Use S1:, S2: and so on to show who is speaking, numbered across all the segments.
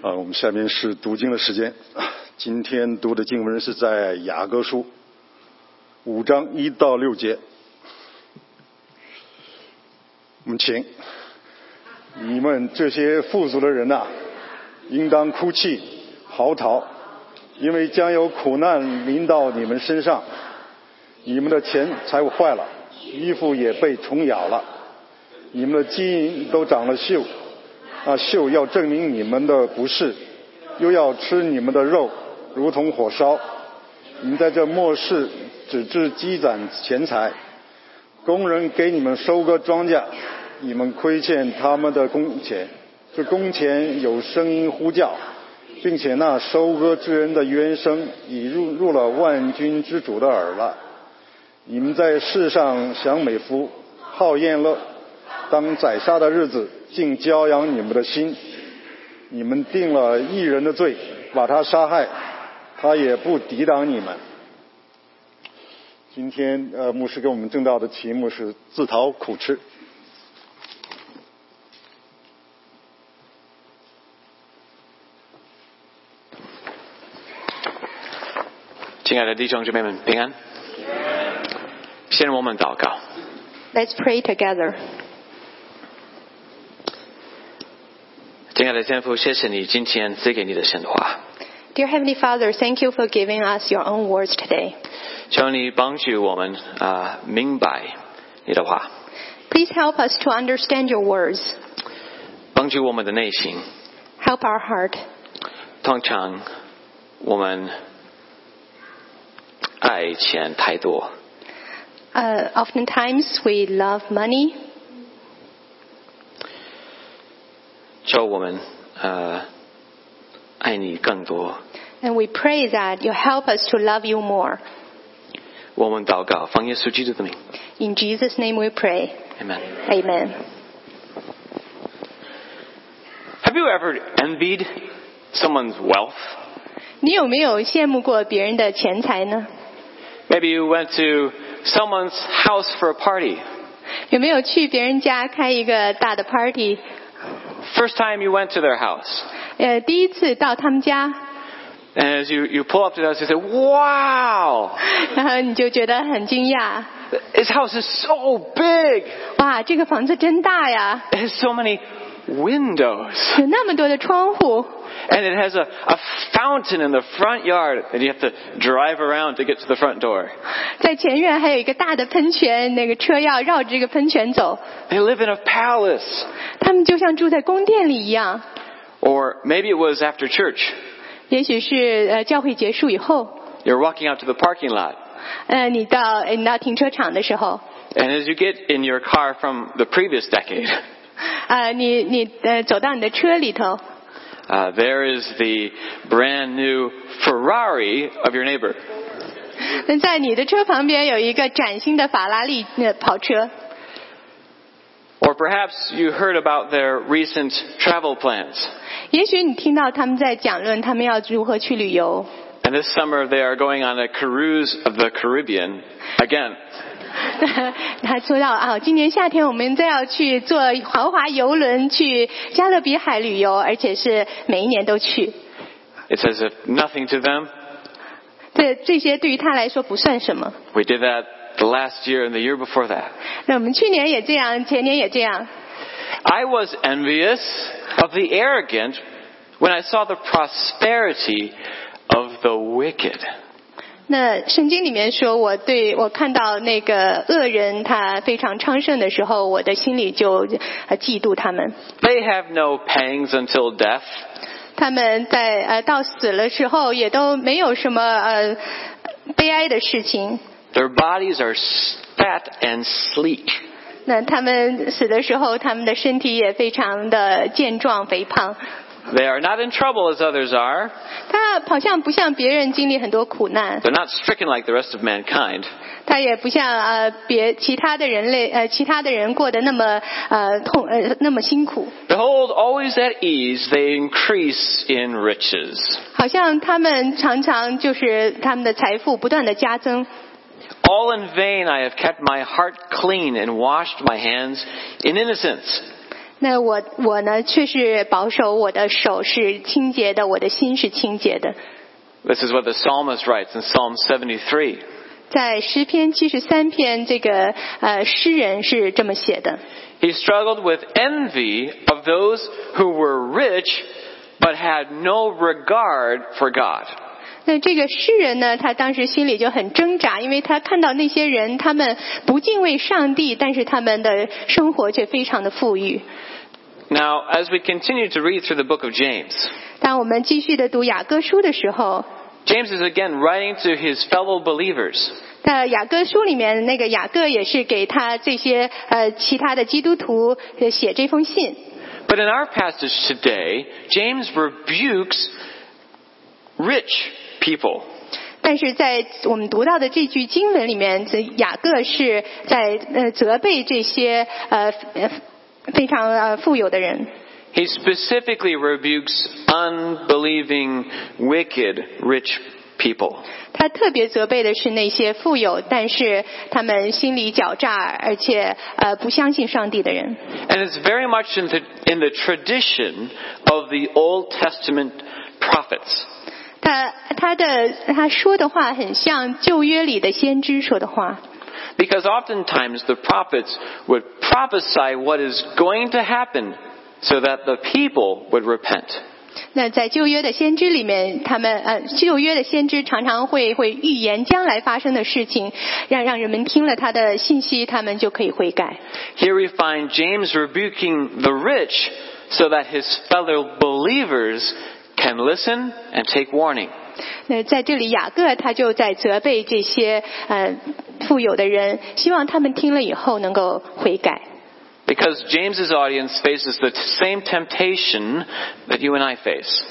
S1: 啊，我们下面是读经的时间。今天读的经文是在雅各书五章一到六节。我们请你们这些富足的人呐、应当哭泣嚎啕，因为将有苦难临到你们身上。你们的钱财物坏了，衣服也被虫咬了，你们的金银都长了锈，啊，锈要证明你们的不是，又要吃你们的肉，如同火烧。你们在这末世只知积攒钱财，工人给你们收割庄稼，你们亏欠他们的工钱。这工钱有声音呼叫，并且那收割之人的冤声已入入了万军之主的耳了。你们在世上享美福，好宴乐，当宰杀的日子，竟骄养你们的心。你们定了一人的罪，把他杀害，他也不抵挡你们。今天，呃，牧师给我们正道的题目是自讨苦吃。
S2: 亲爱的弟兄姐妹们，平安。先让我们祷告，
S3: Let's pray together.
S2: 亲爱的天父，谢谢你今天赐给你的神话，
S3: Dear Heavenly Father, thank you for giving us your own words today.
S2: 求你帮助我们啊、明白你的话，
S3: Please help us to understand your words.
S2: 帮助我们的内心。
S3: Help our heart.
S2: 通常我们爱钱太多，
S3: Uh, oftentimes we love money.
S2: 求我们呃爱你更多。
S3: And we pray that you help us to love you more.
S2: 我们祷告，奉耶稣基督的名
S3: In Jesus' name we pray.
S2: ，Amen。
S3: Amen.
S2: Have you ever envied someone's wealth?
S3: 你有没有羡慕过别人的钱财呢？
S2: Maybe you went to someone's house for a party.
S3: 有没有去别人家开一个大的 party？
S2: First time you went to their house.
S3: 呃，第一次到他们家，
S2: And as you, you pull up to the house, you say, Wow!
S3: 然后你就觉得很惊讶，
S2: This house is so big!
S3: 哇，这个房子真大呀！
S2: It has so many windows.
S3: 有那么多的窗户，
S2: And it has a, a fountain in the front yard. And you have to drive around to get to the front door.
S3: 在前院还有一个大的喷泉，那个车要绕着这个喷泉走。
S2: They live in a palace.
S3: 他们就像住在宫殿里一样。
S2: Or maybe it was after church.
S3: 也许是呃教会结束以后，
S2: You're walking out to the parking lot.
S3: 呃你到呃你到停车场的时候，
S2: And as you get in your car from the previous decade,
S3: 呃你你呃走到你的车里头，
S2: Uh, there is the brand new Ferrari of your neighbor.
S3: 那在你的车旁边有一个崭新的法拉利呃跑车，
S2: Or perhaps you heard about their recent travel plans.
S3: 也许你听到他们在讲论他们要如何去旅游。
S2: And this summer they are going on a cruise of the Caribbean again.
S3: 他说到啊，今年夏天我们再要去坐豪华游轮去加勒比海旅游，而且是每一年都去。
S2: It's as if nothing to them.
S3: 这这些对于他来说不算什么。
S2: We did that the last year and the year before that.
S3: 那我们去年也这样，前年也这样。
S2: I was envious of the arrogant when I saw the prosperity of the wicked.
S3: 那圣经里面说，我对我看到那个恶人他非常昌盛的时候，我的心里就呃嫉妒他们。
S2: They have no pangs until death.
S3: 他们在呃到死了时候也都没有什么呃悲哀的事情。
S2: Their bodies are fat and sleek.
S3: 那他们死的时候，他们的身体也非常的健壮肥胖。
S2: They are not in trouble as others are.
S3: 他好像不像别人经历很多苦难，
S2: They're not stricken like the rest of mankind.
S3: 他也不像呃别其他的人类呃其他的人过得那么呃痛呃那么辛苦，
S2: Behold, always at ease, they increase in riches.
S3: 好像他们常常就是他们的财富不断的加增。
S2: All in vain I have kept my heart clean and washed my hands in innocence.
S3: 那我我呢却是保守，我的手是清洁的，我的心是清洁的。
S2: This is what the psalmist writes in Psalm 73.
S3: 在诗篇七十三篇，这个呃诗人是这么写的：
S2: He struggled with envy of those who were rich but had no regard for God.
S3: 那这个诗人呢，他当时心里就很挣扎，因为他看到那些人，他们不敬畏上帝，但是他们的生活却非常的富裕。
S2: Now, as we continue to read through the book of James,
S3: 当我们继续的读雅各书的时候，
S2: James is again writing to his fellow believers.
S3: 在雅各书里面，那个雅各也是给他这些呃其他的基督徒呃写这封信。
S2: But in our passage today, James rebukes rich people.
S3: 但是在我们读到的这句经文里面，这雅各是在呃责备这些呃呃非常呃富有的人。
S2: He specifically rebukes unbelieving, wicked, rich people.
S3: 他特别责备的是那些富有，但是他们心里狡诈，而且呃不相信上帝的人。
S2: And it's very much in the, in the tradition of the Old Testament prophets.
S3: 他他的他说的话很像旧约里的先知说的话，
S2: Because oftentimes the prophets would prophesy what is going to happen so that the people would repent.
S3: 那在旧约的先知里面，他们呃，旧约的先知常常会会预言将来发生的事情，让让人们听了他的信息，他们就可以悔改。
S2: Here we find James rebuking the rich so that his fellow believers can listen and take warning.
S3: 那在这里，雅各他就在责备这些呃富有的人，希望他们听了以后能够悔改。
S2: Because James's audience faces the t- same temptation that you and I face.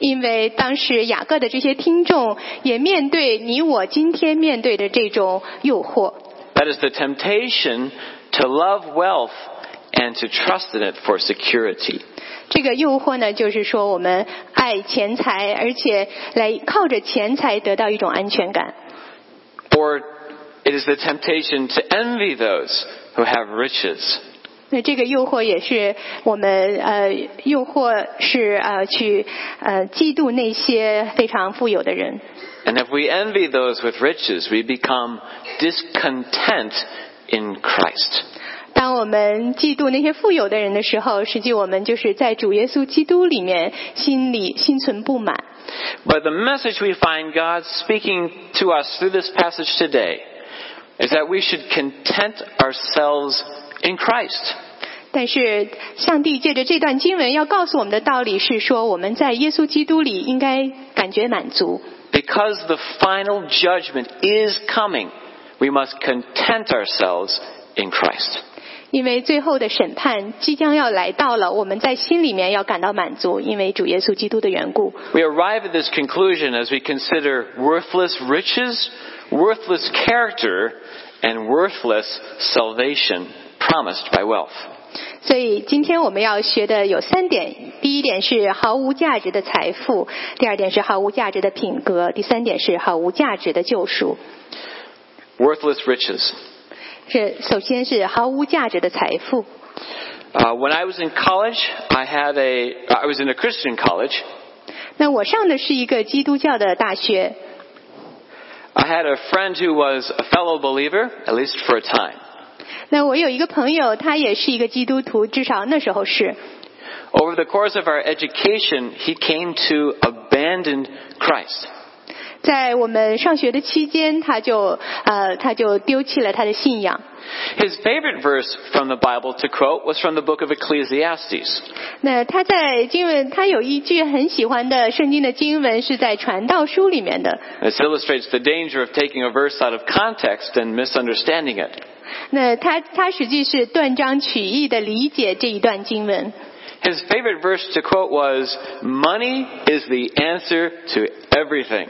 S3: 因为当时雅各的这些听众也面对你我今天面对的这种诱惑，
S2: That is the temptation to love wealth and to trust in it for security.
S3: 这个诱惑呢，就是说我们爱钱财，而且来靠着钱财得到一种安全感。
S2: Or it is the temptation to envy those who have riches.
S3: 那这个诱惑也是我们呃，诱惑是呃去呃嫉妒那些非常富有的人。
S2: And if we envy those with riches, we become discontent in Christ.
S3: 当我们嫉妒那些富有的人的时候，实际我们就是在主耶稣基督里面心里心存不满。
S2: But the message we find God speaking to us through this passage today is that we should content ourselves in Christ.
S3: 但是上帝借着这段经文要告诉我们的道理是说，我们在耶稣基督里应该感觉满足。
S2: Because the final judgment is coming, we must content ourselves in Christ.
S3: 因为最后的审判即将要来到了，我们在心里面要感到满足，因为主耶稣基督的缘故。
S2: We arrive at this conclusion as we consider worthless riches, worthless character, and worthless salvation promised by wealth.
S3: 所以今天我们要学的有三点：第一点是毫无价值的财富；第二点是毫无价值的品格；第三点是毫无价值的救赎。
S2: Worthless riches.
S3: 是首先是毫无价值的财富。
S2: Uh, when I was in college, I had a, I was in a Christian college.
S3: 那我上的是一个基督教的大学，
S2: I had a friend who was a fellow believer, at least for a time.
S3: 那我有一个朋友，他也是一个基督徒，至少那时候是。
S2: Over the course of our education, he came to abandon Christ.
S3: 在我们上学的期间，他就呃，他就丢弃了他的信仰。
S2: His favorite verse from the Bible to quote was from the book of Ecclesiastes.
S3: 那他在经文，他有一句很喜欢的圣经的经文是在传道书里面的。
S2: This illustrates the danger of taking a verse out of context and misunderstanding it.
S3: 那他他实际是断章取义的理解这一段经文。
S2: His favorite verse to quote was, Money is the answer to everything.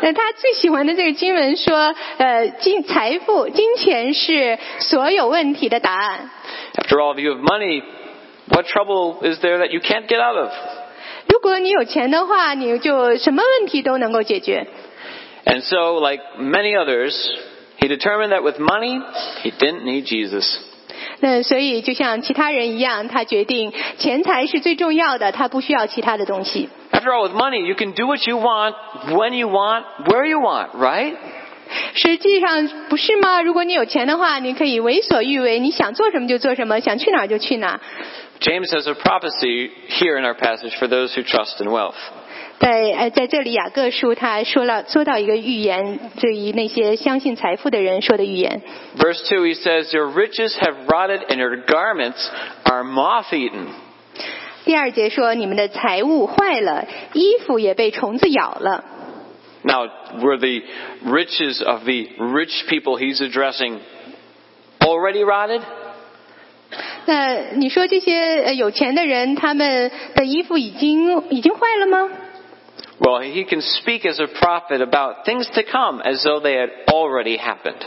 S3: 那他最喜欢的这个经文说，呃，金财富、金钱是所有问题的答案。
S2: After all, if you have money, what trouble is there that you can't get out of?
S3: 如果你有钱的话，你就什么问题都能够解决。
S2: And so, like many others, he determined that with money, he didn't need Jesus.
S3: 那所以就像其他人一样，他决定钱财是最重要的，他不需要其他的东西。
S2: After all, with money, you can do what you want, when you want, where you want, right?
S3: 实际上不是吗？如果你有钱的话，你可以为所欲为，你想做什么就做什么，想去哪儿就去哪儿。
S2: James has a prophecy here in our passage for those who trust in wealth.
S3: 在呃，在这里雅各书他说了说到一个预言，对于那些相信财富的人说的预言。
S2: Verse 2, he says, Your riches have rotted and your garments are moth eaten.
S3: 第二节说，你们的财物坏了，衣服也被虫子咬了。
S2: Now, were the riches of the rich people he's addressing already rotted?
S3: 那你说这些呃有钱的人，他们的衣服已经已经坏了吗？
S2: Well, he can speak as a prophet about things to come as though they had already happened.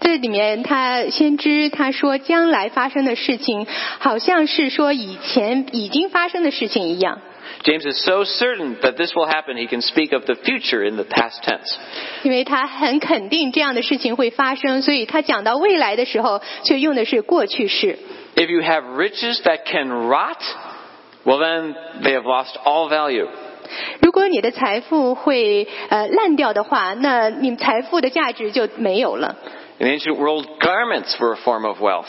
S3: 这里面他先知他说将来发生的事情，好像是说以前已经发生的事情一样。
S2: James is so certain that this will happen, he can speak of the future in the past tense.
S3: 因为他很肯定这样的事情会发生，所以他讲到未来的时候，却用的是过去式。
S2: If you have riches that can rot, well then they have lost all value.
S3: 如果你的财富会呃烂掉的话，那你财富的价值就没有了。
S2: In the ancient world, garments were a form of wealth.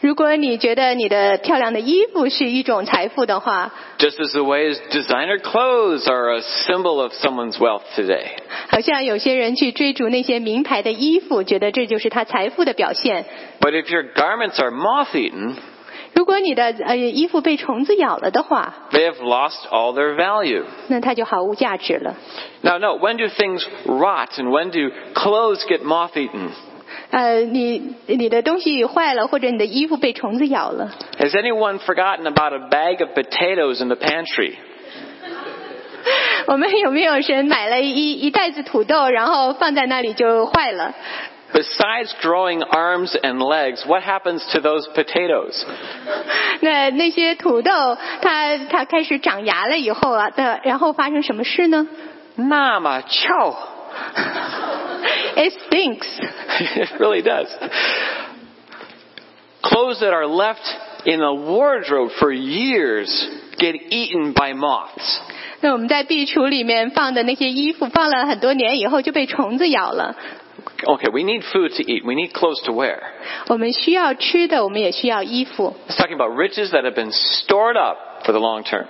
S3: 如果你觉得你的漂亮的衣服是一种财富的话，
S2: Just as the way as designer clothes are a symbol of someone's wealth today.
S3: 好像有些人去追逐那些名牌的衣服，觉得这就是他财富的表现。
S2: But if your garments are moth-eaten,
S3: 如果你的呃衣服被虫子咬了的话，
S2: they have lost all their value.
S3: 那它就毫无价值了。
S2: Now, no, when do things rot and when do clothes get moth-eaten?
S3: 呃，你你的东西坏了，或者你的衣服被虫子咬了。
S2: Has anyone forgotten about a bag of potatoes in the pantry?
S3: 我们有没有人买了一一袋子土豆，然后放在那里就坏了？
S2: Besides growing arms and legs, what happens to those potatoes?
S3: 那那些土豆，它它开始长芽了以后啊，的然后发生什么事呢
S2: Nama chow.
S3: ？It stinks。
S2: it really does. Clothes that are left in a wardrobe for years get eaten by moths.
S3: 那我们在壁橱里面放的那些衣服，放了很多年以后就被虫子咬了。
S2: Okay, we need food to eat. We need clothes to wear.
S3: 我们需要吃的，我们也需要衣服。
S2: It's talking about riches that have been stored up for the long term.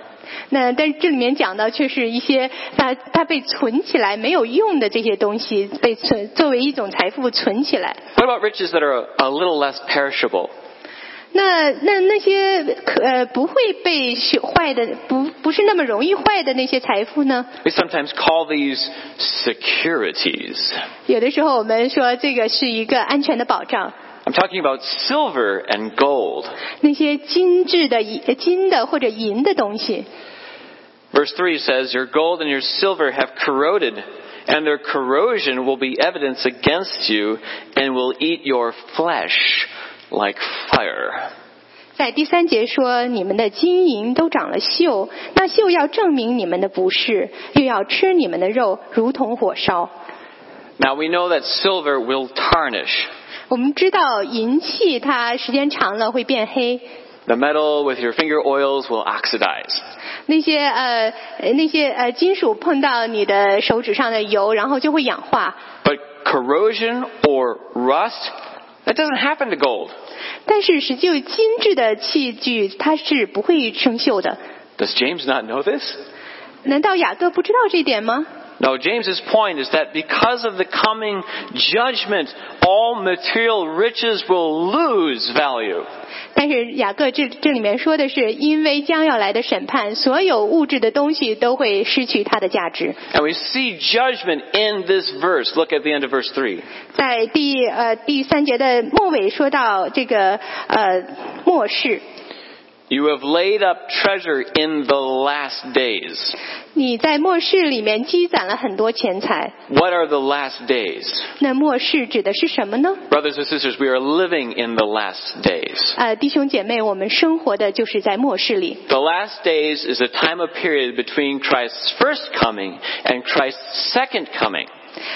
S3: 那但是这里面讲到却是一些它它被存起来没有用的这些东西，被存作为一种财富存起来。
S2: What about riches that are a, a little less perishable?
S3: 那那那些可呃不会被朽坏的，不不是那么容易坏的那些财富呢？
S2: We sometimes call these securities.
S3: 有的时候我们说这个是一个安全的保障。
S2: I'm talking about silver and gold.
S3: 那些精致的银金的或者银的东西，
S2: Verse 3 says, Your gold and your silver have corroded, and their corrosion will be evidence against you, and will eat your flesh like fire.
S3: 在第三节说：“你们的金银都长了锈，那锈要证明你们的不是，又要吃你们的肉，如同火烧。
S2: Now we know that silver will tarnish. ”
S3: 我们知道银器它时间长了会变黑，
S2: The metal with your finger oils will oxidize.
S3: 那些呃呃那些呃金属碰到你的手指上的油，然后就会氧化。
S2: But corrosion or rust, that doesn't happen to gold.
S3: 但是实际精致的器具它是不会生锈的。
S2: Does James not know this?
S3: 难道雅各不知道这点吗？
S2: No, James's point is that because of the coming judgment, all material riches will lose value.
S3: 但是雅各这这里面说的是，因为将要来的审判，所有物质的东西都会失去它的价值。
S2: And we see judgment in this verse. Look at the end of verse 3.
S3: 在第呃第三节的末尾说到这个呃末世，
S2: You have laid up treasure in the last days.
S3: 你在末世里面积攒了很多钱财。
S2: What are the last days?
S3: 那末世指的是什么呢？
S2: Brothers and sisters, we are living in the last days.
S3: 呃，弟兄姐妹，我们生活的就是在末世里。
S2: The last days is a time of period between Christ's first coming and Christ's second coming.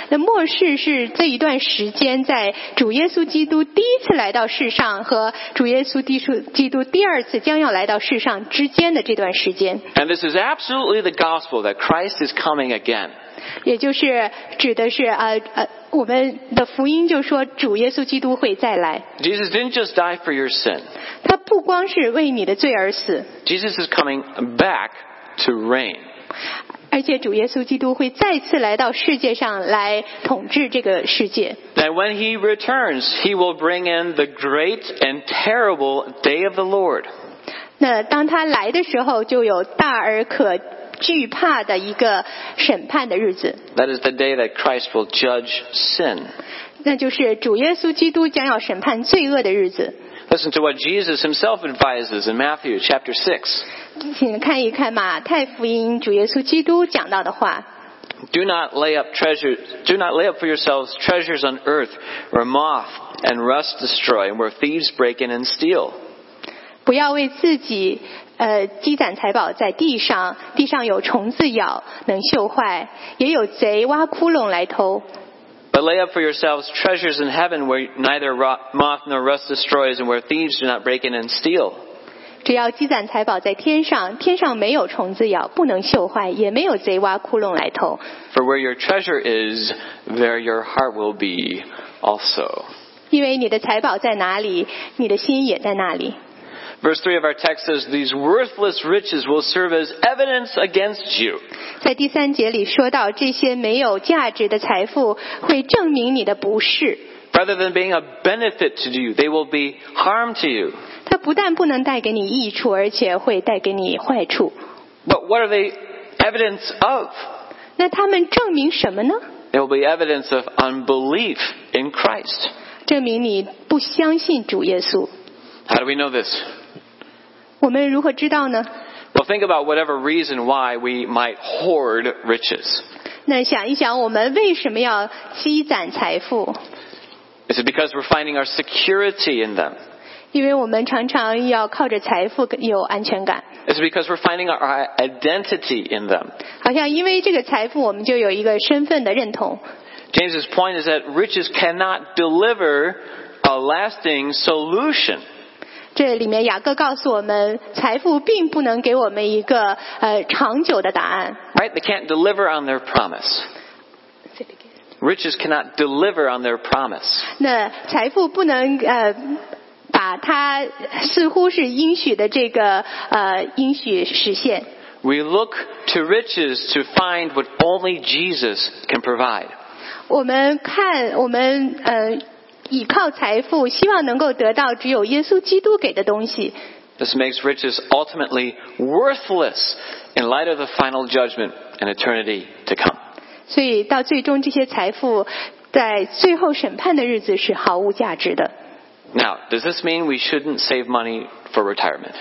S3: 那末世是这一段时间，在主耶稣基督第一次来到世上和主耶稣基督基督第二次将要来到世上之间的这段时间，
S2: And this is absolutely the gospel that Christ is coming again.
S3: 也就是指的是呃呃，我们的福音就说主耶稣基督会再来，
S2: Jesus didn't just die for your sin.
S3: 他不光是为你的罪而死，
S2: Jesus is coming back to reign.
S3: 而且主耶稣基督会再次来到世界上来统治这个世界。
S2: That when he returns, he will bring in the great and terrible day of the Lord.
S3: 那当他来的时候，就有大而可惧怕的一个审判的日子，
S2: That is the day that Christ will judge sin.
S3: 那就是主耶稣基督将要审判罪恶的日子。
S2: Listen to what Jesus himself advises in Matthew chapter 6.
S3: 请看一看马太福音主耶稣基督讲到的话。
S2: Do not lay up treasure, do not lay up for yourselves treasures on earth where moth and rust destroy and where thieves break in and steal.
S3: 不要为自己呃积攒财宝在地上，地上有虫子咬，能锈坏；也有贼挖窟窿来偷。
S2: But lay up for yourselves treasures in heaven where neither ro- moth nor rust destroys and where thieves do not break in and steal.
S3: 只要积攒财宝在天上，天上没有虫子咬，不能锈坏，也没有贼挖窟窿来偷。
S2: For where your treasure is, there your heart will be also.
S3: 因为你的财宝在哪里，你的心也在那里。
S2: Verse 3 of our text says, These worthless riches will serve as evidence against you.
S3: 在第三节里说到，这些没有价值的财富会证明你的不是，
S2: Rather than being a benefit to you, they will be harm to you.
S3: 它不但不能带给你益处，而且会带给你坏处。
S2: But what are they evidence of?
S3: 那他们证明什么呢？
S2: They will be evidence of unbelief in Christ.
S3: 证明你不相信主耶稣。
S2: How do we know this?
S3: 我们如何知道呢？
S2: Well, think about whatever reason why we might hoard riches.
S3: 那想一想，我们为什么要积攒财富？
S2: Is it because we're finding our security in them?
S3: 因为我们常常要靠着财富有安全感，
S2: Is it because we're finding our identity in them?
S3: 好像因为这个财富，我们就有一个身份的认同。
S2: James's point is that riches cannot deliver a lasting solution.
S3: 这里面雅各告诉我们，财富并不能给我们一个呃长久的答案。
S2: Right? They can't deliver on their promise. Riches cannot deliver on their promise.
S3: 那财富不能呃把它似乎是应许的这个呃应许实现。
S2: We look to riches to find what only Jesus can provide.
S3: 我们看，我们呃倚靠财富，希望能够得到只有耶稣基督给的东西。
S2: This makes riches ultimately worthless in light of the final judgment and eternity to come.
S3: 所以到最终，这些财富在最后审判的日子是毫无价值的。
S2: Now, does this mean we shouldn't save money for retirement?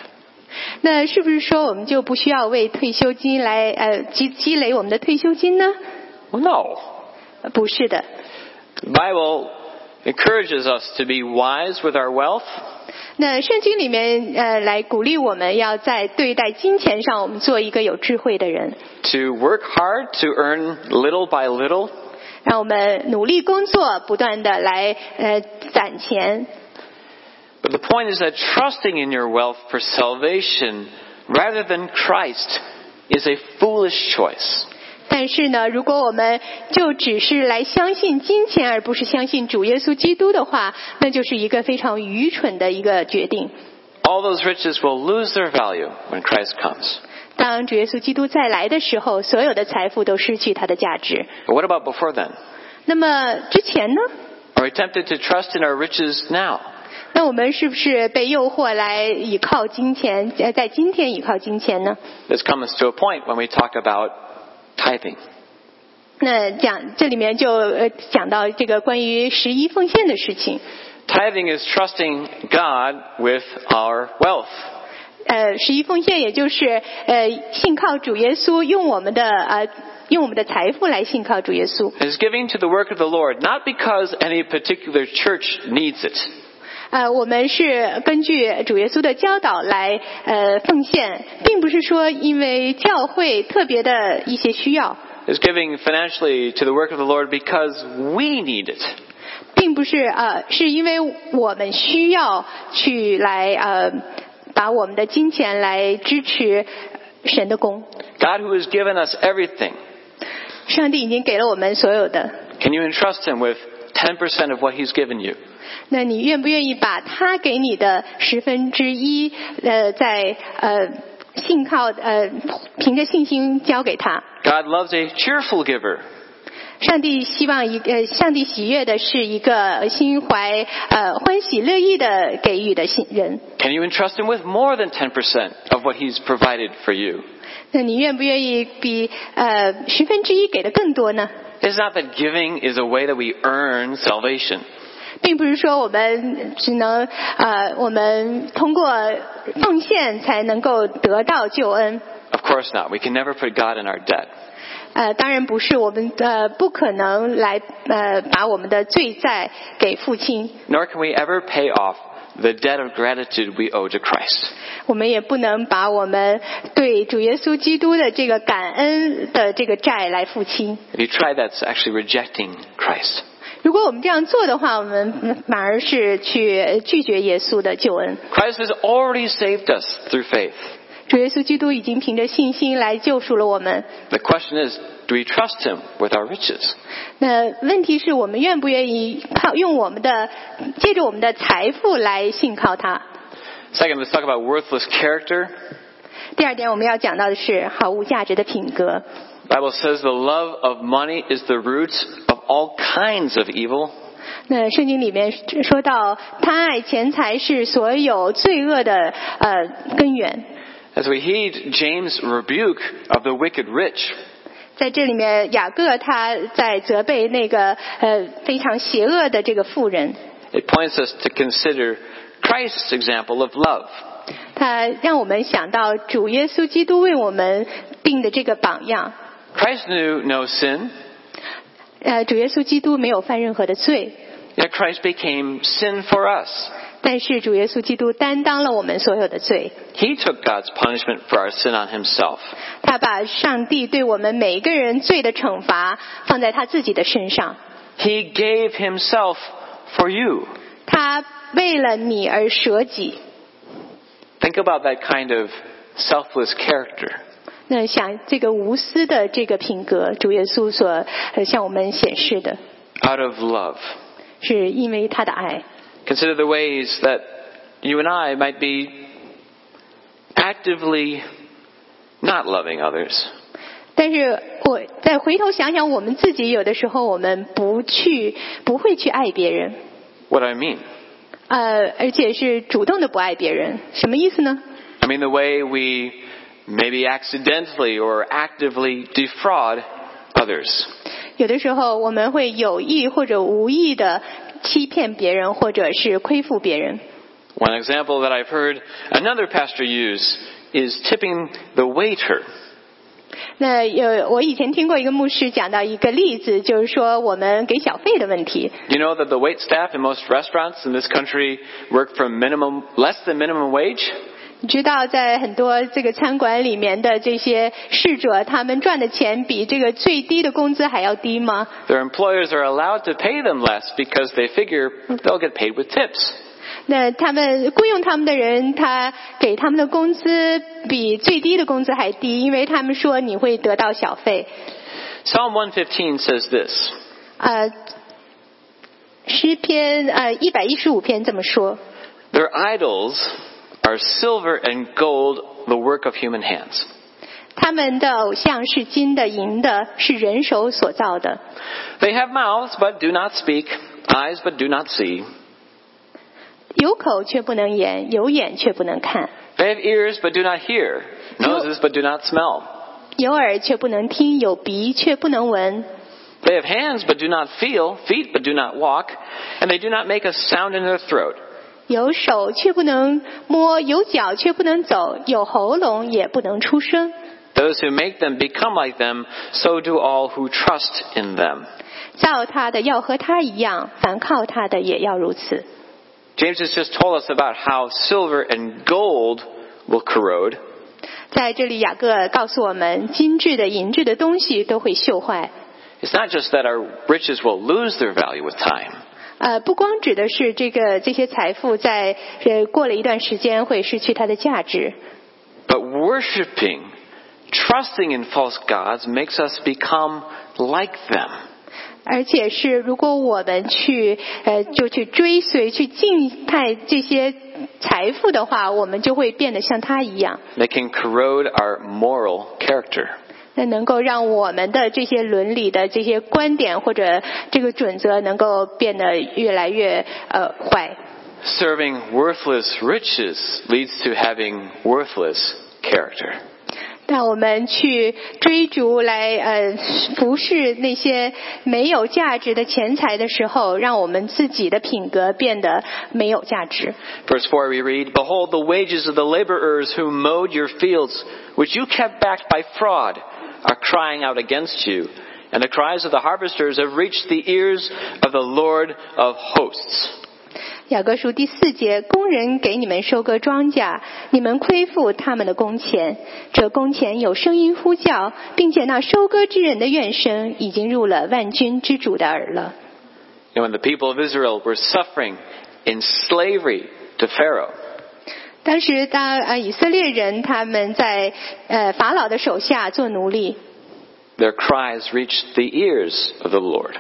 S3: 那是不是说我们就不需要为退休金来呃积积累我们的退休金呢？
S2: Well, no.
S3: 不是的，
S2: The Bible encourages us to be wise with our wealth,
S3: 那圣经里面呃来鼓励我们要在对待金钱上，我们做一个有智慧的人，
S2: to work hard to earn little by little,
S3: 让我们努力工作，不断的来呃攒钱，
S2: but the point is that trusting in your wealth for salvation rather than Christ is a foolish choice.
S3: 但是呢，如果我们就只是来相信金钱，而不是相信主耶稣基督的话，那就是一个非常愚蠢的一个决定。
S2: All those riches will lose their value when Christ comes.
S3: 当主耶稣基督再来的时候，所有的财富都失去它的价值。
S2: But what about before then?
S3: 那么之前呢？
S2: Are we tempted to trust in our riches now?
S3: 那我们是不是被诱惑来倚靠金钱？呃，在今天倚靠金钱呢？
S2: This comes to a point when we talk about tithing.
S3: 那讲这里面就呃讲到这个关于十一奉献的事情。
S2: Tithing is trusting God with our wealth.
S3: 呃，十一奉献也就是呃信靠主耶稣，用我们的呃用我们的财富来信靠主耶稣。
S2: It is giving to the work of the Lord, not because any particular church needs it,
S3: 呃，我们是根据主耶稣的教导来呃奉献，并不是说因为教会特别的一些需要，
S2: is giving financially to the work of the Lord because we need it.
S3: 并不是呃，是因为我们需要去来呃，把我们的金钱来支持神的工。
S2: God, who has given us everything,
S3: 上帝已经给了我们所有的，
S2: can you entrust Him with 10% of what He's given you?
S3: 那你愿不愿意把他给你的十分之一呃，在呃信靠呃凭着信心交给他？
S2: God loves a cheerful giver.
S3: 上帝希望一呃，上帝喜悦的是一个心怀呃欢喜乐意的给予的信人。
S2: Can you entrust Him with more than 10% of what He's provided for you?
S3: 那你愿不愿意比呃十分之一给的更多呢？
S2: It's not that giving is a way that we earn salvation.
S3: 并不是说我们只能呃，我们通过奉献才能够得到救恩。
S2: Of course not. We can never put God in our debt.
S3: 呃，当然不是，我们呃不可能来呃把我们的罪债给付清，
S2: Nor can we ever pay off the debt of gratitude we owe to Christ.
S3: 我们也不能把我们对主耶稣基督的这个感恩的这个债来付清。
S2: If you try that, it's actually rejecting Christ.
S3: 如果我们这样做的话，我们反而是去呃拒绝耶稣的救恩。
S2: Christ has already saved us through faith.
S3: 主耶稣基督已经凭着信心来救赎了我们。
S2: The question is, do we trust Him with our riches?
S3: 那问题是我们愿不愿意靠用我们的借着我们的财富来信靠他。
S2: Second, let's talk about worthless character.
S3: 第二点，我们要讲到的是毫无价值的品格。
S2: The Bible says the love of money is the root of all kinds of evil.
S3: 那圣经里面说到，贪爱钱财是所有罪恶的呃根源。
S2: As we heed James' rebuke of the wicked rich,
S3: 在这里面，雅各他在责备那个呃非常邪恶的这个妇人，
S2: it points us to consider Christ's example of love.
S3: 他让我们想到主耶稣基督为我们定的这个榜样。
S2: Christ knew no sin,
S3: 呃，主耶稣基督没有犯任何的罪，
S2: yet Christ became sin for us.
S3: 但是主耶稣基督担当了我们所有的罪，
S2: He took God's punishment for our sin on himself.
S3: 他把上帝对我们每一个人罪的惩罚放在他自己的身上，
S2: He gave himself for you.
S3: 他为了你而舍己。
S2: Think about that kind of selfless character.
S3: 那想这个无私的这个品格，主耶稣所呃向我们显示的，
S2: out of love.
S3: 是因为他的爱。
S2: Consider the ways that you and I might be actively not loving others.
S3: 但是我再回头想想，我们自己有的时候我们不去，不会去爱别人，
S2: What do I mean?
S3: 呃，而且是主动的不爱别人，什么意思呢？
S2: I mean the way we maybe accidentally or actively defraud others.
S3: 有的时候我们会有意或者无意的欺骗别人，或者是亏负别人。
S2: One example that I've heard another pastor use is tipping the waiter.
S3: 那有我以前听过一个牧师讲到一个例子，就是说我们给小费的问题。
S2: You know that the wait staff in most restaurants in this country work for minimum less than minimum wage?
S3: 你知道，在很多这个餐馆里面的这些侍者，他们赚的钱比这个最低的工资还要低吗？
S2: Their employers are allowed to pay them less because they figure they'll get paid with tips.
S3: 那他们雇佣他们的人，他给他们的工资比最低的工资还低，因为他们说你会得到小费。
S2: Psalm 115 says this
S3: 呃，诗篇呃一百一十五篇这么说：
S2: Their idols are silver and gold, the work of human hands.
S3: 他们的偶像是金的、银的，是人手所造的。
S2: They have mouths but do not speak, eyes but do not see.
S3: 有口却不能言，有眼却不能看，
S2: They have ears but do not hear, noses but do not smell.
S3: 有耳却不能听，有鼻却不能闻。
S2: They have hands but do not feel, feet but do not walk, and they do not make a sound in their throat.
S3: 有手却不能摸，有脚却不能走，有喉咙也不能出声。
S2: Those who make them become like them, so do all who trust in them.
S3: 造他的要和他一样，凡靠他的也要如此。
S2: James has just told us about how silver and gold will corrode.
S3: 在这里，雅各告诉我们，金质的、银质的东西都会锈坏。
S2: It's not just that our riches will lose their value with time.
S3: 呃，不光指的是这个这些财富在呃过了一段时间会失去它的价值，
S2: But worshiping, trusting in false gods makes us become like them.
S3: 而且是如果我们去呃就去追随、去敬拜这些财富的话，我们就会变得像他一样。
S2: They can corrode our moral character.
S3: 那能够让我们的这些伦理的这些观点或者这个准则能够变得越来越呃坏。
S2: Serving worthless riches leads to having worthless character.
S3: 但我们去追逐来呃服侍那些没有价值的钱财的时候，让我们自己的品格变得没有价值。
S2: Verse 4 we read, Behold, the wages of the laborers who mowed your fields, which you kept back by fraud, are crying out against you. And the cries of the harvesters have reached the ears of the Lord of hosts.
S3: 雅各书第四节，工人给你们收割庄稼，你们亏负他们的工钱。这工钱有声音呼叫，并且那收割之人的怨声已经入了万军之主的耳了。
S2: And when the people of Israel were suffering in slavery to Pharaoh,
S3: 当时，当呃以色列人他们在呃法老的手下做奴隶，
S2: their cries reached the ears of the Lord.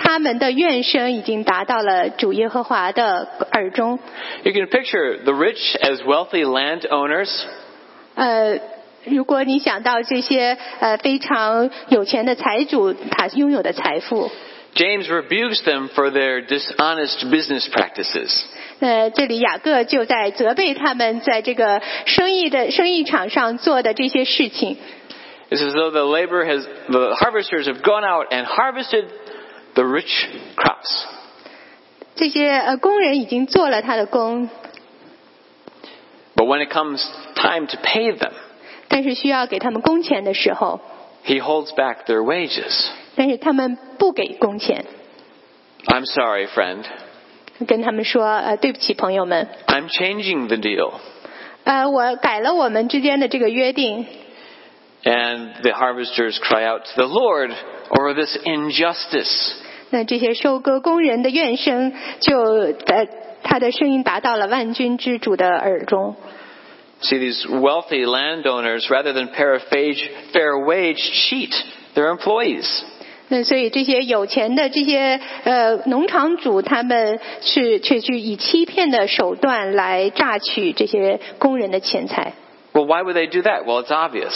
S3: 他们的怨声已经达到了主耶和华的耳中。
S2: You can picture the rich as wealthy landowners
S3: 呃，如果你想到这些呃非常有钱的财主他拥有的财富，
S2: James rebukes them for their dishonest business practices.
S3: 呃，这里雅各就在责备他们在这个生意的生意场上做的这些事情。
S2: It's as though the labor has, the harvesters have gone out and harvested the rich crops.
S3: 这些呃工人已经做了他的工，
S2: But when it comes time to pay them,
S3: 但是需要给他们工钱的时候，
S2: he holds back their wages.
S3: 但是他们不给工钱，
S2: I'm sorry, friend.
S3: 跟他们说呃对不起朋友们，
S2: I'm changing the deal.
S3: 呃我改了我们之间的这个约定。
S2: And the harvesters cry out to the Lord over this injustice.
S3: 那这些收割工人的怨声就呃他的声音达到了万军之主的耳中。
S2: See, these wealthy landowners, rather than pay a phage- fair wage, cheat their employees.
S3: 那嗯所以这些有钱的这些呃农场主，他们是却去以欺骗的手段来榨取这些工人的钱财。
S2: Well, why would they do that? Well, it's obvious.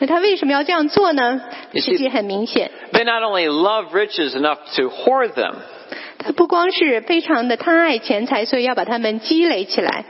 S3: 那他为什么要这样做呢？
S2: You see-
S3: 实际很明显，
S2: They not only love riches enough to hoard them,
S3: 他不光是非常的贪爱钱财，所以要把它们积累起来。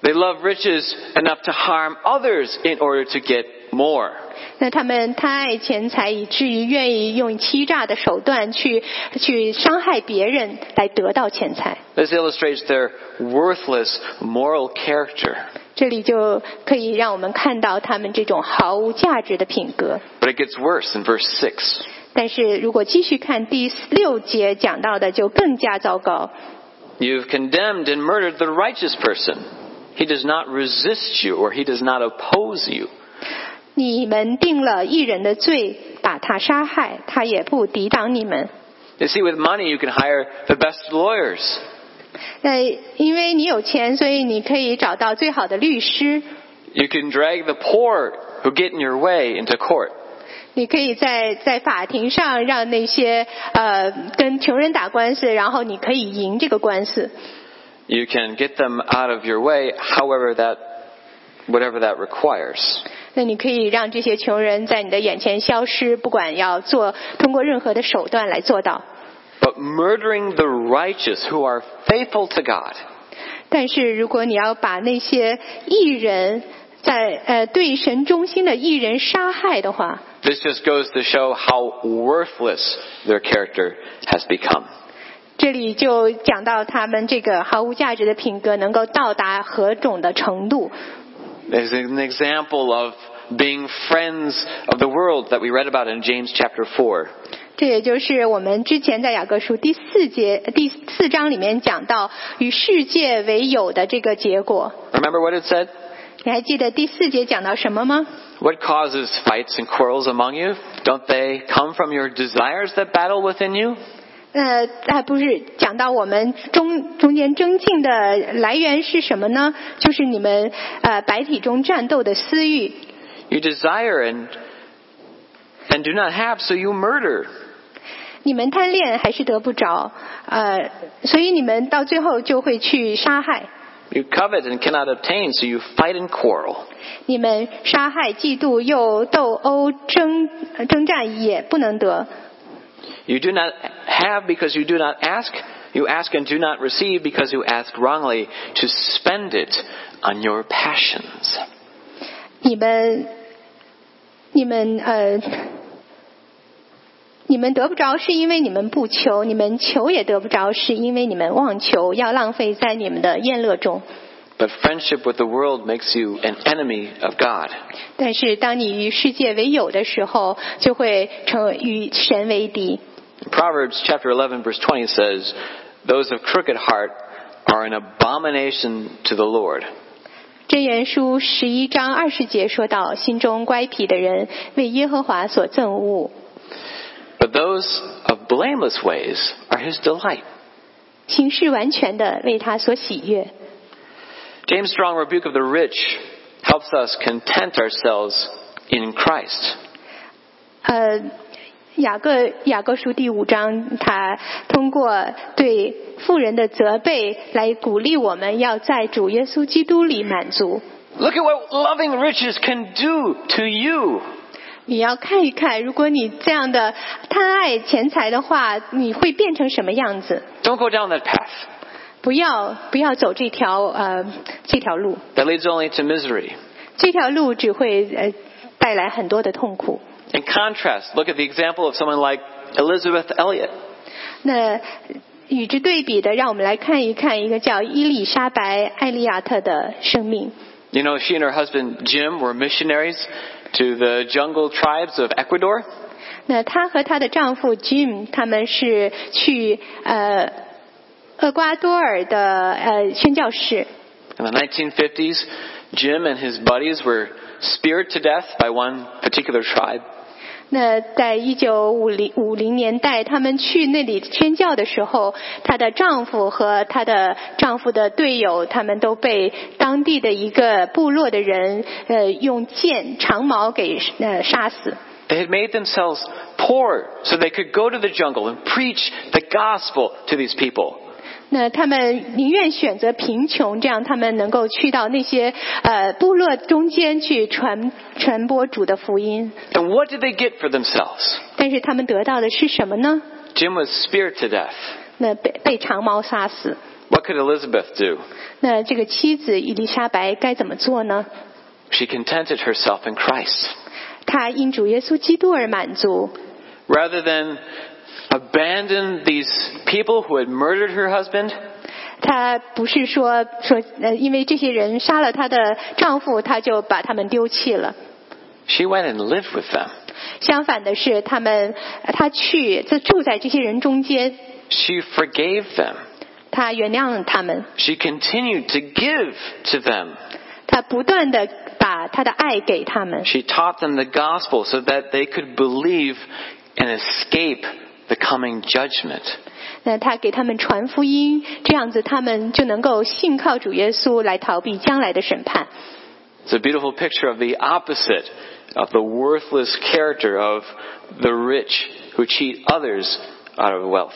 S2: they love riches enough to harm others in order to get more.
S3: 那他们贪爱钱财，以至于愿意用欺诈的手段去去伤害别人来得到钱财。
S2: This illustrates their worthless moral character.
S3: 这里就可以让我们看到他们这种毫无价值的品格。
S2: But it gets worse in verse 6.
S3: 但是如果继续看第六节讲到的，就更加糟糕。
S2: You've condemned and murdered the righteous person. He does not resist you or he does not oppose you.
S3: 你们定了一人的罪，把他杀害，他也不抵挡你们。
S2: You see, with money you can hire the best lawyers.
S3: 那因为你有钱，所以你可以找到最好的律师，
S2: You can drag the poor who get in your way into court.
S3: 你可以在在法庭上让那些呃跟穷人打官司，然后你可以赢这个官司。
S2: You can get them out of your way, however that, whatever that requires.
S3: 那你可以让这些穷人在你的眼前消失，不管要做通过任何的手段来做到。
S2: But murdering the righteous who are faithful to God,
S3: 但是如果你要把那些艺人在呃对神忠心的艺人杀害的话，
S2: this just goes to show how worthless their character has become.
S3: 这里就讲到他们这个毫无价值的品格能够到达何种的程度。
S2: There's an example of being friends of the world that we read about in James chapter 4.
S3: 这也就是我们之前在雅各书第四节第四章里面讲到与世界为友的这个结果。
S2: Remember what it said?
S3: 你还记得第四节讲到什么吗？
S2: What causes fights and quarrels among you? Don't they come from your desires that battle within you?
S3: 呃，还不是讲到我们中中间争竞的来源是什么呢？就是你们呃白体中战斗的私欲，
S2: You desire and and do not have, so you murder.
S3: 你们贪恋还是得不着，呃，所以你们到最后就会去杀害，
S2: You covet and cannot obtain, so you fight and quarrel.
S3: 你们杀害、嫉妒又斗殴、争呃征战也不能得。
S2: You do not have because you do not ask. You ask and do not receive because you ask wrongly to spend it on your passions.
S3: 你们，你们呃，你们得不着，是因为你们不求；你们求也得不着，是因为你们妄求，要浪费在你们的宴乐中。
S2: But friendship with the world makes you an enemy of God.
S3: 但是，当你与世界为友的时候，就会成为与神为敌。
S2: Proverbs chapter 11 verse 20 says, "Those of crooked heart are an abomination to the Lord."
S3: 箴言书十一章二十节说到：“心中乖僻的人为耶和华所憎恶，
S2: But those of blameless ways are his delight.
S3: 行事完全的为他所喜悦。
S2: James' strong rebuke of the rich helps us content ourselves in Christ. ”
S3: 呃，雅各雅各书第五章，他通过对富人的责备来鼓励我们要在主耶稣基督里满足。
S2: Look at what loving riches can do to you.
S3: 你要看一看，如果你这样的贪爱钱财的话，你会变成什么样子？
S2: Don't go down that path.
S3: 不要不要走这条呃这条路，
S2: That leads only to misery.
S3: 这条路只会呃带来很多的痛苦。
S2: In contrast, look at the example of someone like Elizabeth Elliot.
S3: 那与之对比的，让我们来看一看一个叫伊丽莎白·艾利亚特的生命。
S2: You know, she and her husband Jim were missionaries to the jungle tribes of Ecuador.
S3: 那她和她的丈夫 Jim 他们是去呃厄瓜多尔的呃宣教士。
S2: In the 1950s, Jim and his buddies were speared to death by one particular tribe.
S3: 那在一九五零五零年代，他们去那里宣教的时候，她的丈夫和她的丈夫的队友，他们都被当地的一个部落的人，呃，用剑长矛给呃杀死。
S2: They had made themselves poor so they could go to the jungle and preach the gospel to these people.
S3: 那他们宁愿选择贫穷，这样他们能够去到那些呃部落中间去传传播主的福音。
S2: And what did they get for themselves?
S3: 但是他们得到的是什么呢？
S2: Jim was speared to death.
S3: 那被被长矛杀死。
S2: What could Elizabeth do?
S3: 那这个妻子伊丽莎白该怎么做呢？
S2: She contented herself in Christ.
S3: 她因主耶稣基督而满足，
S2: Rather than abandon these people who had murdered her husband,
S3: 她不是说说呃，因为这些人杀了她的丈夫，她就把他们丢弃了。
S2: she went and lived with them.
S3: 相反的是，他们呃她去就住在这些人中间，
S2: She forgave them.
S3: 她原谅了他们，
S2: She continued to give to them.
S3: 她不断的把她的爱给他们，
S2: She taught them the gospel so that they could believe and escape the coming judgment.
S3: 那她给他们传福音，这样子他们就能够信靠主耶稣来逃避将来的审判。
S2: It's a beautiful picture of the opposite of the worthless character of the rich who cheat others out of wealth.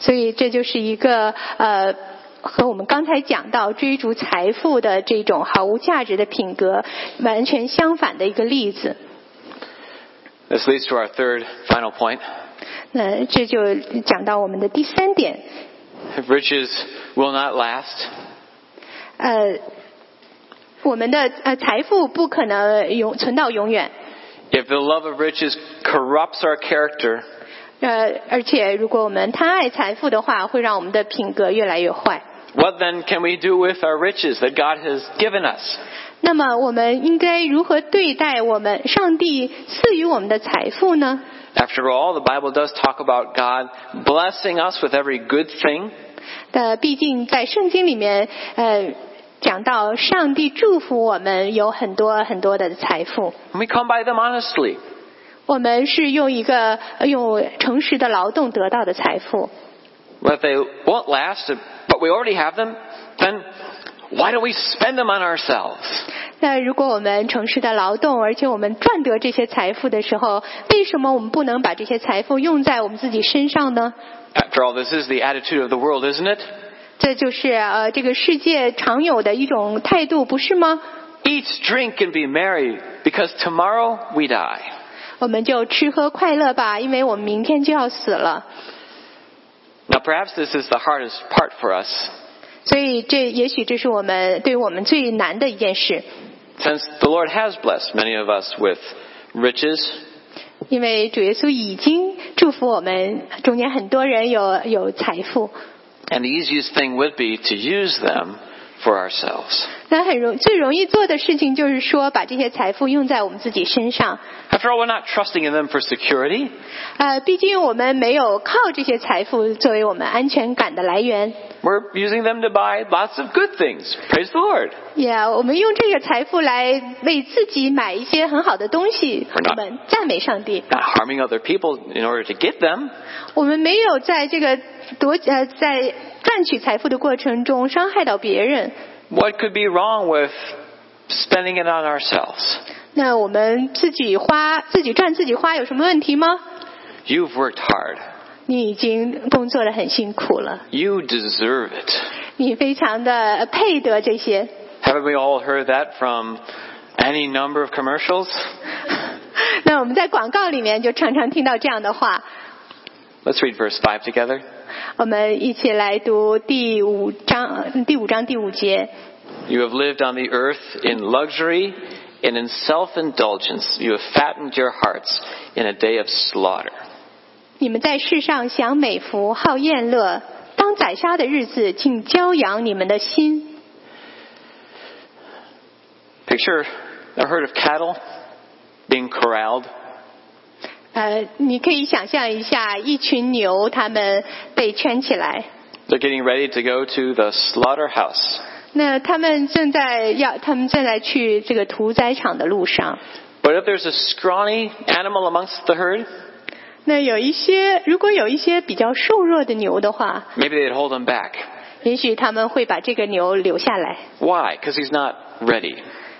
S3: 所以这就是一个呃，和我们刚才讲到追逐财富的这种毫无价值的品格完全相反的一个例子。
S2: This leads to our third final point.
S3: 那这就讲到我们的第三点，
S2: Riches will not last.
S3: 呃，我们的呃财富不可能永存到永远，
S2: If the love of riches corrupts our character,
S3: 呃，而且如果我们贪爱财富的话，会让我们的品格越来越坏。
S2: what then can we do with our riches that God has given us?
S3: 那么我们应该如何对待我们上帝赐予我们的财富呢？
S2: After all, the Bible does talk about God
S3: 呃
S2: blessing us with every good thing.
S3: 呃，毕竟在圣经里面，呃，讲到上帝祝福我们有很多很多的财富，
S2: And we come by them honestly.
S3: 我们是用一个呃用诚实的劳动得到的财富。
S2: Well, if they won't last, but we already have them, then why don't we spend them on ourselves?
S3: 那如果我们诚实的劳动，而且我们赚得这些财富的时候，为什么我们不能把这些财富用在我们自己身上呢？
S2: After all, this is the attitude of the world, isn't it?
S3: 这就是呃这个世界常有的一种态度，不是吗？
S2: Eat, drink, and be merry, because tomorrow we die.
S3: 我们就吃喝快乐吧，因为我们明天就要死了。
S2: Now, perhaps this is the hardest part for us,
S3: 所以这也许这是我们对我们最难的一件事，
S2: since the Lord has blessed many of us with riches,
S3: 因为主耶稣已经祝福我们中间很多人有有财富，
S2: and the easiest thing would be to use them for ourselves.
S3: 那很容最容易做的事情就是说把这些财富用在我们自己身上。
S2: After all, we're not trusting in them for security.
S3: 呃，毕竟我们没有靠这些财富作为我们安全感的来源，
S2: We're using them to buy lots of good things. Praise the Lord.
S3: 也、我们用这个财富来为自己买一些很好的东西，
S2: We're not-
S3: 我们赞美上帝。
S2: Not harming other people in order to get them.
S3: 我们没有在这个夺呃在赚取财富的过程中伤害到别人，
S2: What could be wrong with spending it on ourselves?
S3: 那我们自己花自己赚自己花有什么问题吗？
S2: You've worked hard.
S3: 你已经工作的很辛苦了，
S2: You deserve it.
S3: 你非常的配得这些。
S2: Haven't we all heard that from any number of commercials?
S3: 那我们在广告里面就常常听到这样的话。
S2: Let's read verse 5 together.
S3: 我们一起来读第五章，第五章第五节。
S2: You have lived on the earth in luxury and in self indulgence. You have fattened your hearts in a day of slaughter.
S3: 你们在世上享美福，好宴乐，当宰杀的日子，竟骄养你们的心。
S2: Picture a herd of cattle being corralled.
S3: 呃，你可以想象一下，一群牛它们被圈起来，
S2: They're getting ready to go to the slaughterhouse.
S3: 那它们正在要，它们正在去这个屠宰场的路上。
S2: But if there's a scrawny animal amongst the herd,
S3: 那有一些，如果有一些比较瘦弱的牛的话，
S2: maybe they'd hold him back.
S3: 也许他们会把这个牛留下来。
S2: Why? Because he's not ready.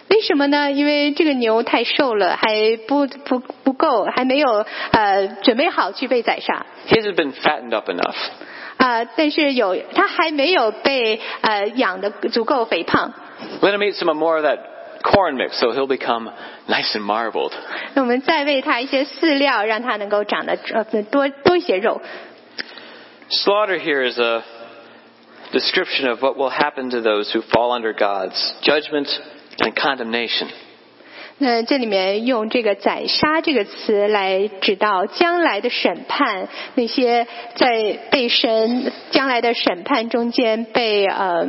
S3: 为什么呢？因为这个牛太瘦了，还不不不够，还没有呃准备好去被宰杀
S2: He hasn't been fattened up enough.
S3: 啊、但是有它还没有被呃养的足够肥胖。
S2: Let him eat some more of that corn mix so he'll become nice and marbled.
S3: 那我们再喂它一些饲料，让它能够长得呃多多一些肉。
S2: Slaughter here is a description of what will happen to those who fall under God's judgment and condemnation.
S3: 那这里面用这个“宰杀”这个词来指到将来的审判，那些在被神将来的审判中间被呃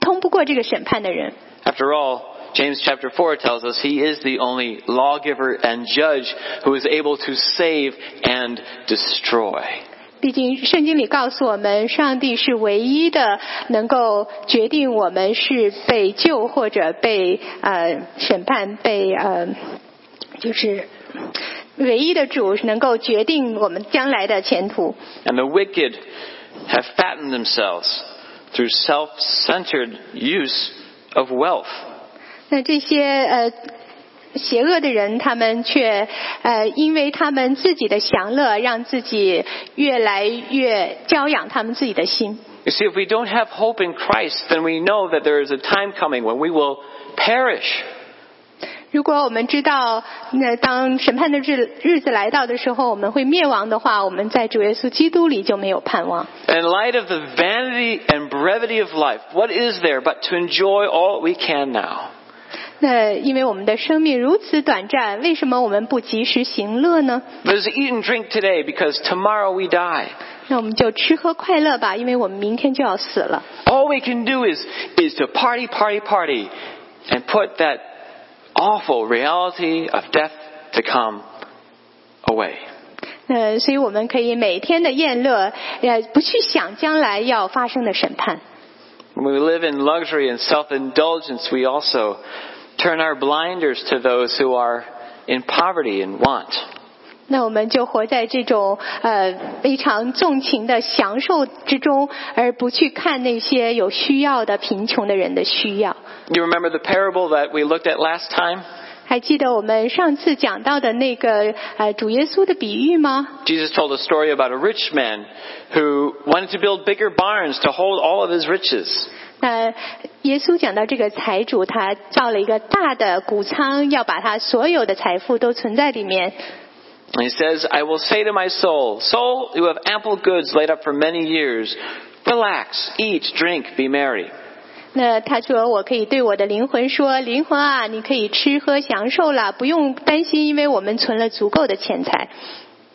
S3: 通不过这个审判的人。
S2: After all, James chapter 4 tells us he is the only lawgiver and judge who is able to save and destroy.
S3: 毕竟圣经里告诉我们，上帝是唯一的能够决定我们是被救或者被呃审判、被呃就是唯一的主能够决定我们将来的前途。
S2: And the wicked have fattened themselves through self-centered use of wealth.
S3: 那这些呃邪恶的人，他们却呃因为他们自己的享乐，让自己越来越骄养他们自己的心。
S2: You see, if we don't have hope in Christ, then we know that there is a time coming when we will perish.
S3: 如果我们知道，那当审判的日日子来到的时候，我们会灭亡的话，我们在主耶稣基督里就没有盼望。
S2: In light of the vanity and brevity of life, what is there but to enjoy all that we can now?
S3: 那因为我们的生命如此短暂，为什么我们不及时行乐呢？
S2: Let us eat and drink today because tomorrow we die.
S3: 那我们就吃喝快乐吧，因为我们明天就要死了。
S2: All we can do is, is to party, party, party and put that awful reality of death to come away.
S3: 呃，所以我们可以每天的宴乐，呃，不去想将来要发生的审判。
S2: When we live in luxury and self indulgence, we also turn our blinders to those who are in poverty and want.
S3: 那我们就活在这种呃非常纵情的享受之中，而不去看那些有需要的贫穷的人的需要。
S2: You remember the parable that we looked at last time?
S3: 还记得我们上次讲到的那个呃主耶稣的比喻吗？
S2: Jesus told a story about a rich man who wanted to build bigger barns to hold all of his riches.
S3: 那耶稣讲到这个财主，他造了一个大的谷仓，要把他所有的财富都存在里面。
S2: And he says, I will say to my soul, Soul, you have ample goods laid up for many years. Relax, eat, drink, be merry.
S3: 那他说：“我可以对我的灵魂说，灵魂啊，你可以吃喝享受了，不用担心，因为我们存了足够的钱财。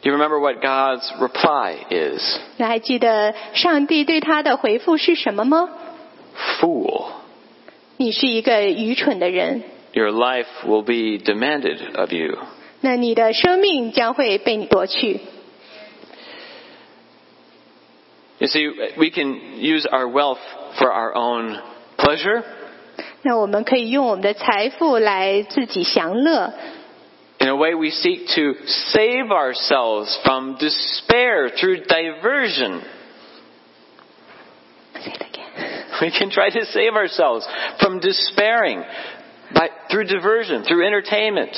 S2: Do you remember what God's reply is? ”
S3: 那还记得上帝对他的回复是什么吗？
S2: Fool,
S3: 你是一个愚蠢的人，
S2: your life will be demanded of you.
S3: 那你的生命将会被你夺去。
S2: You see, we can use our wealth for our own pleasure.
S3: 那我们可以用我们的财富来自己享乐，
S2: In a way, we seek to save ourselves from despair through diversion. We can try to save ourselves from despairing by, through diversion, through entertainment.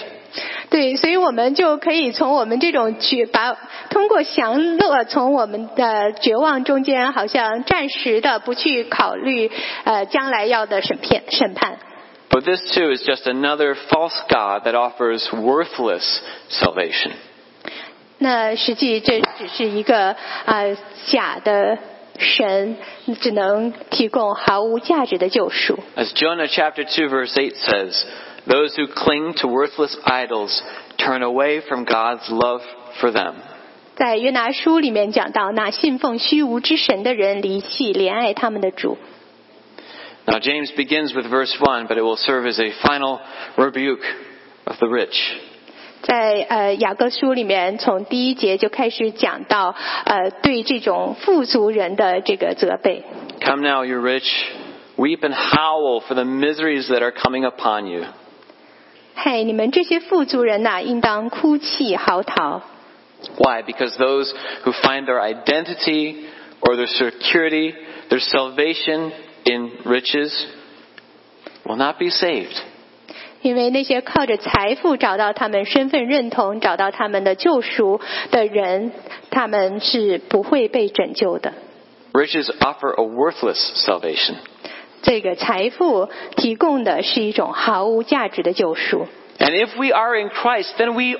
S3: 对，所以我们就可以从我们这种绝把通过享乐，从我们的绝望中间，好像暂时的不去考虑呃将来要的审片审判。
S2: But this too is just another false God that offers worthless salvation.
S3: 那实际这只是一个呃假的神，只能提供毫无价值的救赎。
S2: As Jonah chapter 2 verse 8 says, those who cling to worthless idols turn away from God's love for them.
S3: 在约拿书里面讲到，那信奉虚无之神的人离弃怜爱他们的主。
S2: Now James begins with verse 1, but it will serve as a final rebuke of the rich.
S3: 在呃雅各书里面，从第一节就开始讲到呃对这种富足人的这个责备。
S2: Come now, you rich, weep and howl for the miseries that are coming upon you.
S3: 嗨，你们这些富足人呐、应当哭泣嚎啕，
S2: Why? Because those who find their identity or their security, their salvation in riches, will not be saved.
S3: 因为那些靠着财富找到他们身份认同、找到他们的救赎的人，他们是不会被拯救的。
S2: Riches offer a worthless salvation.
S3: 这个财富提供的是一种毫无价值的救赎。
S2: And if we are in Christ, then we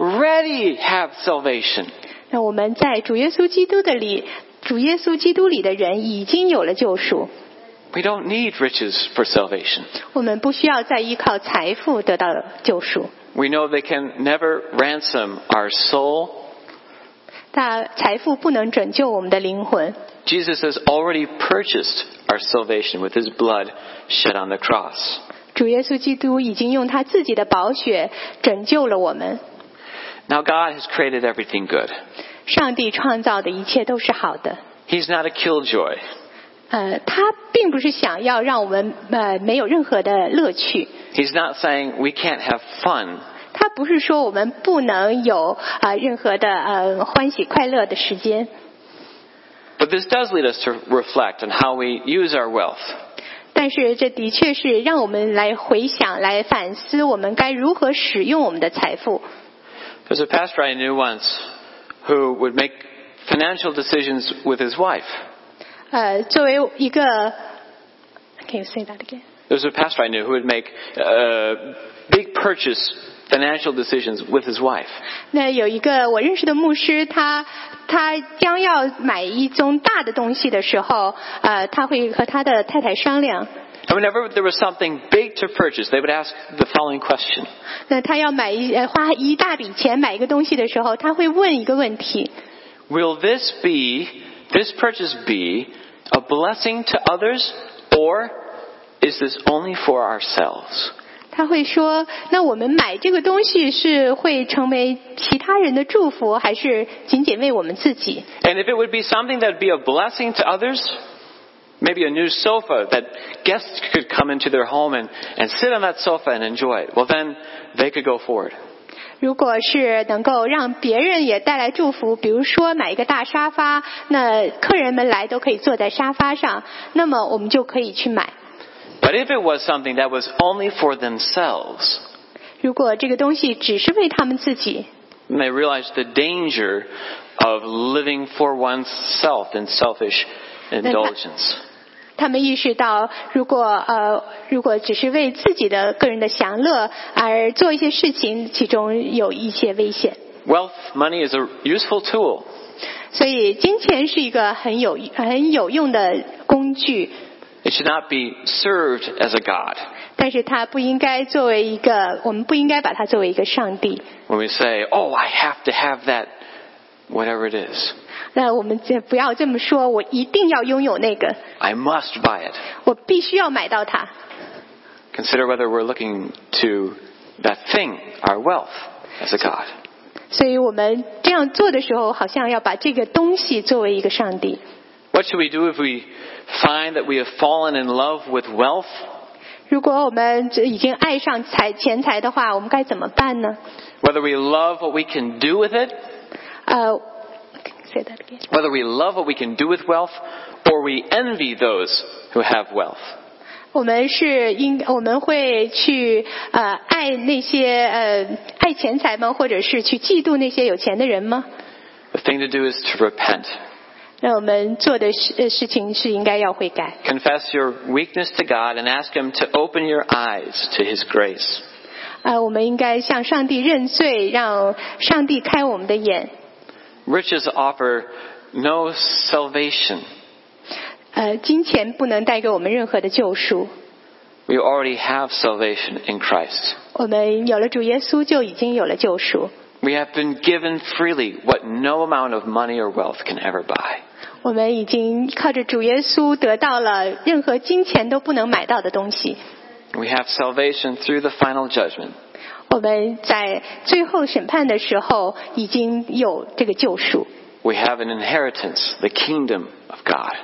S2: already have salvation.
S3: 那我们在主耶稣基督的里，主耶稣基督里的人已经有了救赎，
S2: We don't need riches for salvation.
S3: 我们不需要再依靠财富得到救赎。
S2: We know they can never ransom our soul.
S3: 那财富不能拯救我们的灵魂。
S2: Jesus has already purchased our salvation with his blood shed on the cross.
S3: 主耶稣基督已经用他自己的宝血拯救了我们。
S2: Now God has created everything good.
S3: 上帝创造的一切都是好的。
S2: He's not a killjoy.
S3: 呃，他并不是想要让我们呃没有任何的乐趣，
S2: He's not saying we can't have fun.
S3: 他不是说我们不能有啊、呃任何的呃欢喜快乐的时间。
S2: But this does lead us to reflect on how we use our wealth.
S3: 但是这的确是让我们来回想、来反思，我们该如何使用我们的财富。
S2: There's a pastor I knew once who would make financial decisions with his wife.
S3: 呃，作为一个，Can you say that again？
S2: There's a pastor I knew who would make uh, big purchase financial decisions with his wife.
S3: 那有一个我认识的牧师，他他将要买一宗大的东西的时候，呃，他会和他的太太商量。
S2: And whenever there was something big to purchase, they would ask the following question
S3: 那他要买一呃花一大笔钱买一个东西的时候，他会问一个问题：
S2: Will this be, this purchase be, a blessing to others, or is this only for ourselves?
S3: 他会说，那我们买这个东西是会成为其他人的祝福，还是仅仅为我们自己？
S2: And if it would be something that would be a blessing to others, Maybe a new sofa that guests could come into their home and, and sit on that sofa and enjoy it. Well, then they could go forward.
S3: 如果是能够让别人也带来祝福，比如说买一个大沙发，那客人们来都可以坐在沙发上，那么我们就可以去买。
S2: But if it was something that was only for themselves,
S3: 如果这个东西只是为他们自己，
S2: then they realized the danger of living for oneself in selfish indulgence.
S3: 他们意识到，如果呃，如果只是为自己的个人的享乐而做一些事情，其中有一些危险。
S2: Wealth, money is a useful tool,
S3: 所以，金钱是一个很有很有用的工具，
S2: it should not be served as a god.
S3: 但是它不应该作为一个，我们不应该把它作为一个上帝。
S2: When we say, oh, I have to have that, whatever it is,
S3: 那我们这不要这么说，我一定要拥有那个，
S2: I must buy it.
S3: 我必须要买到它。
S2: Consider whether we're looking to that thing, our wealth, as a god.
S3: 所以我们这样做的时候，好像要把这个东西作为一个上帝。
S2: What should we do if we find that we have fallen in love with wealth?
S3: 如果我们这已经爱上财钱财的话，我们该怎么办呢？
S2: Whether we love what we can do with it,
S3: 呃，say that again.
S2: whether we love what we can do with wealth, or we envy those who have wealth.
S3: 我们是应我们会去呃爱那些呃爱钱财吗？或者是去嫉妒那些有钱的人吗？
S2: The thing to do is to repent.
S3: 那我们做的事呃事情是应该要悔改，
S2: Confess your weakness to God and ask Him to open your eyes to His grace.
S3: 呃，我们应该向上帝认罪，让上帝开我们的眼。
S2: Riches offer no salvation.
S3: 呃，金钱不能带给我们任何的救赎，
S2: We already have salvation in Christ.
S3: 我们有了主耶稣就已经有了救赎，
S2: We have been given freely what no amount of money or wealth can ever buy.
S3: 我们已经靠着主耶稣得到了任何金钱都不能买到的东西。
S2: We have salvation through the final judgment.
S3: 我们在最后审判的时候已经有这个救赎。
S2: We have an inheritance, the kingdom of God.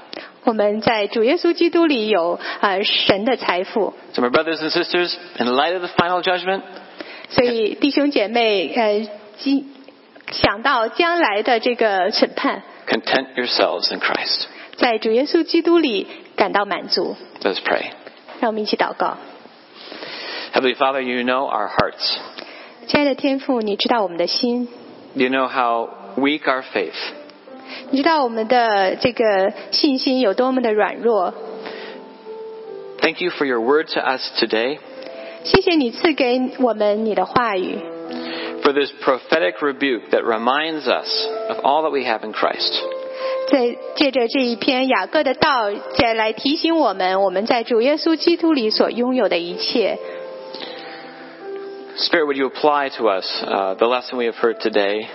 S3: 我们在主耶稣基督里有呃神的财富，
S2: So, my brothers and sisters, in light of the final judgment,
S3: 所以弟兄姐妹呃，今想到将来的这个审判，
S2: content yourselves in Christ.
S3: 在主耶稣基督里感到满足。
S2: Let's pray.
S3: 让我们一起祷告，
S2: Heavenly Father, you know our hearts.
S3: 亲爱的天父，你知道我们的心，
S2: You know how weak our faith.
S3: 你知道我们的这个信心有多么的软弱。
S2: Thank you for your word to us today,
S3: 谢谢你赐给我们你的话语，
S2: for this prophetic rebuke that reminds us of all that we have in Christ.
S3: 在借着这一篇雅各的道，再来提醒我们，我们在主耶稣基督里所拥有的一切。
S2: Spirit, would you apply to us uh, the lesson we have heard today?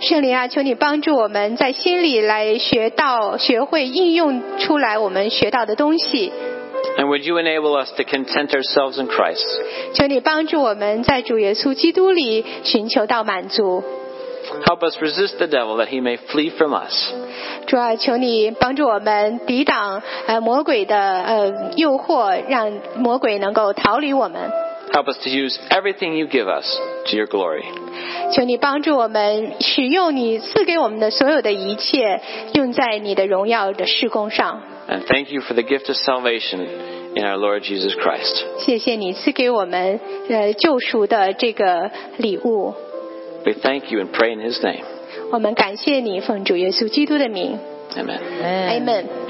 S3: 圣灵啊，求你帮助我们在心里来学到、学会应用出来我们学到的东西。
S2: And would you enable us to content ourselves in Christ?
S3: 求你帮助我们在主耶稣基督里寻求到满足。
S2: Help us resist the devil that he may flee from us.
S3: 主啊，求你帮助我们抵挡呃魔鬼的呃诱惑，让魔鬼能够逃离我们。
S2: Help us to use everything you give us to your glory.
S3: 求你帮助我们使用你赐给我们的所有的一切，用在你的荣耀的施工上。
S2: And thank you for the gift of salvation in our Lord Jesus Christ.
S3: 谢谢你赐给我们呃救赎的这个礼物，
S2: We thank you and pray in his name.
S3: 我们感谢你，奉主耶稣基督的名
S2: Amen.
S3: ，Amen。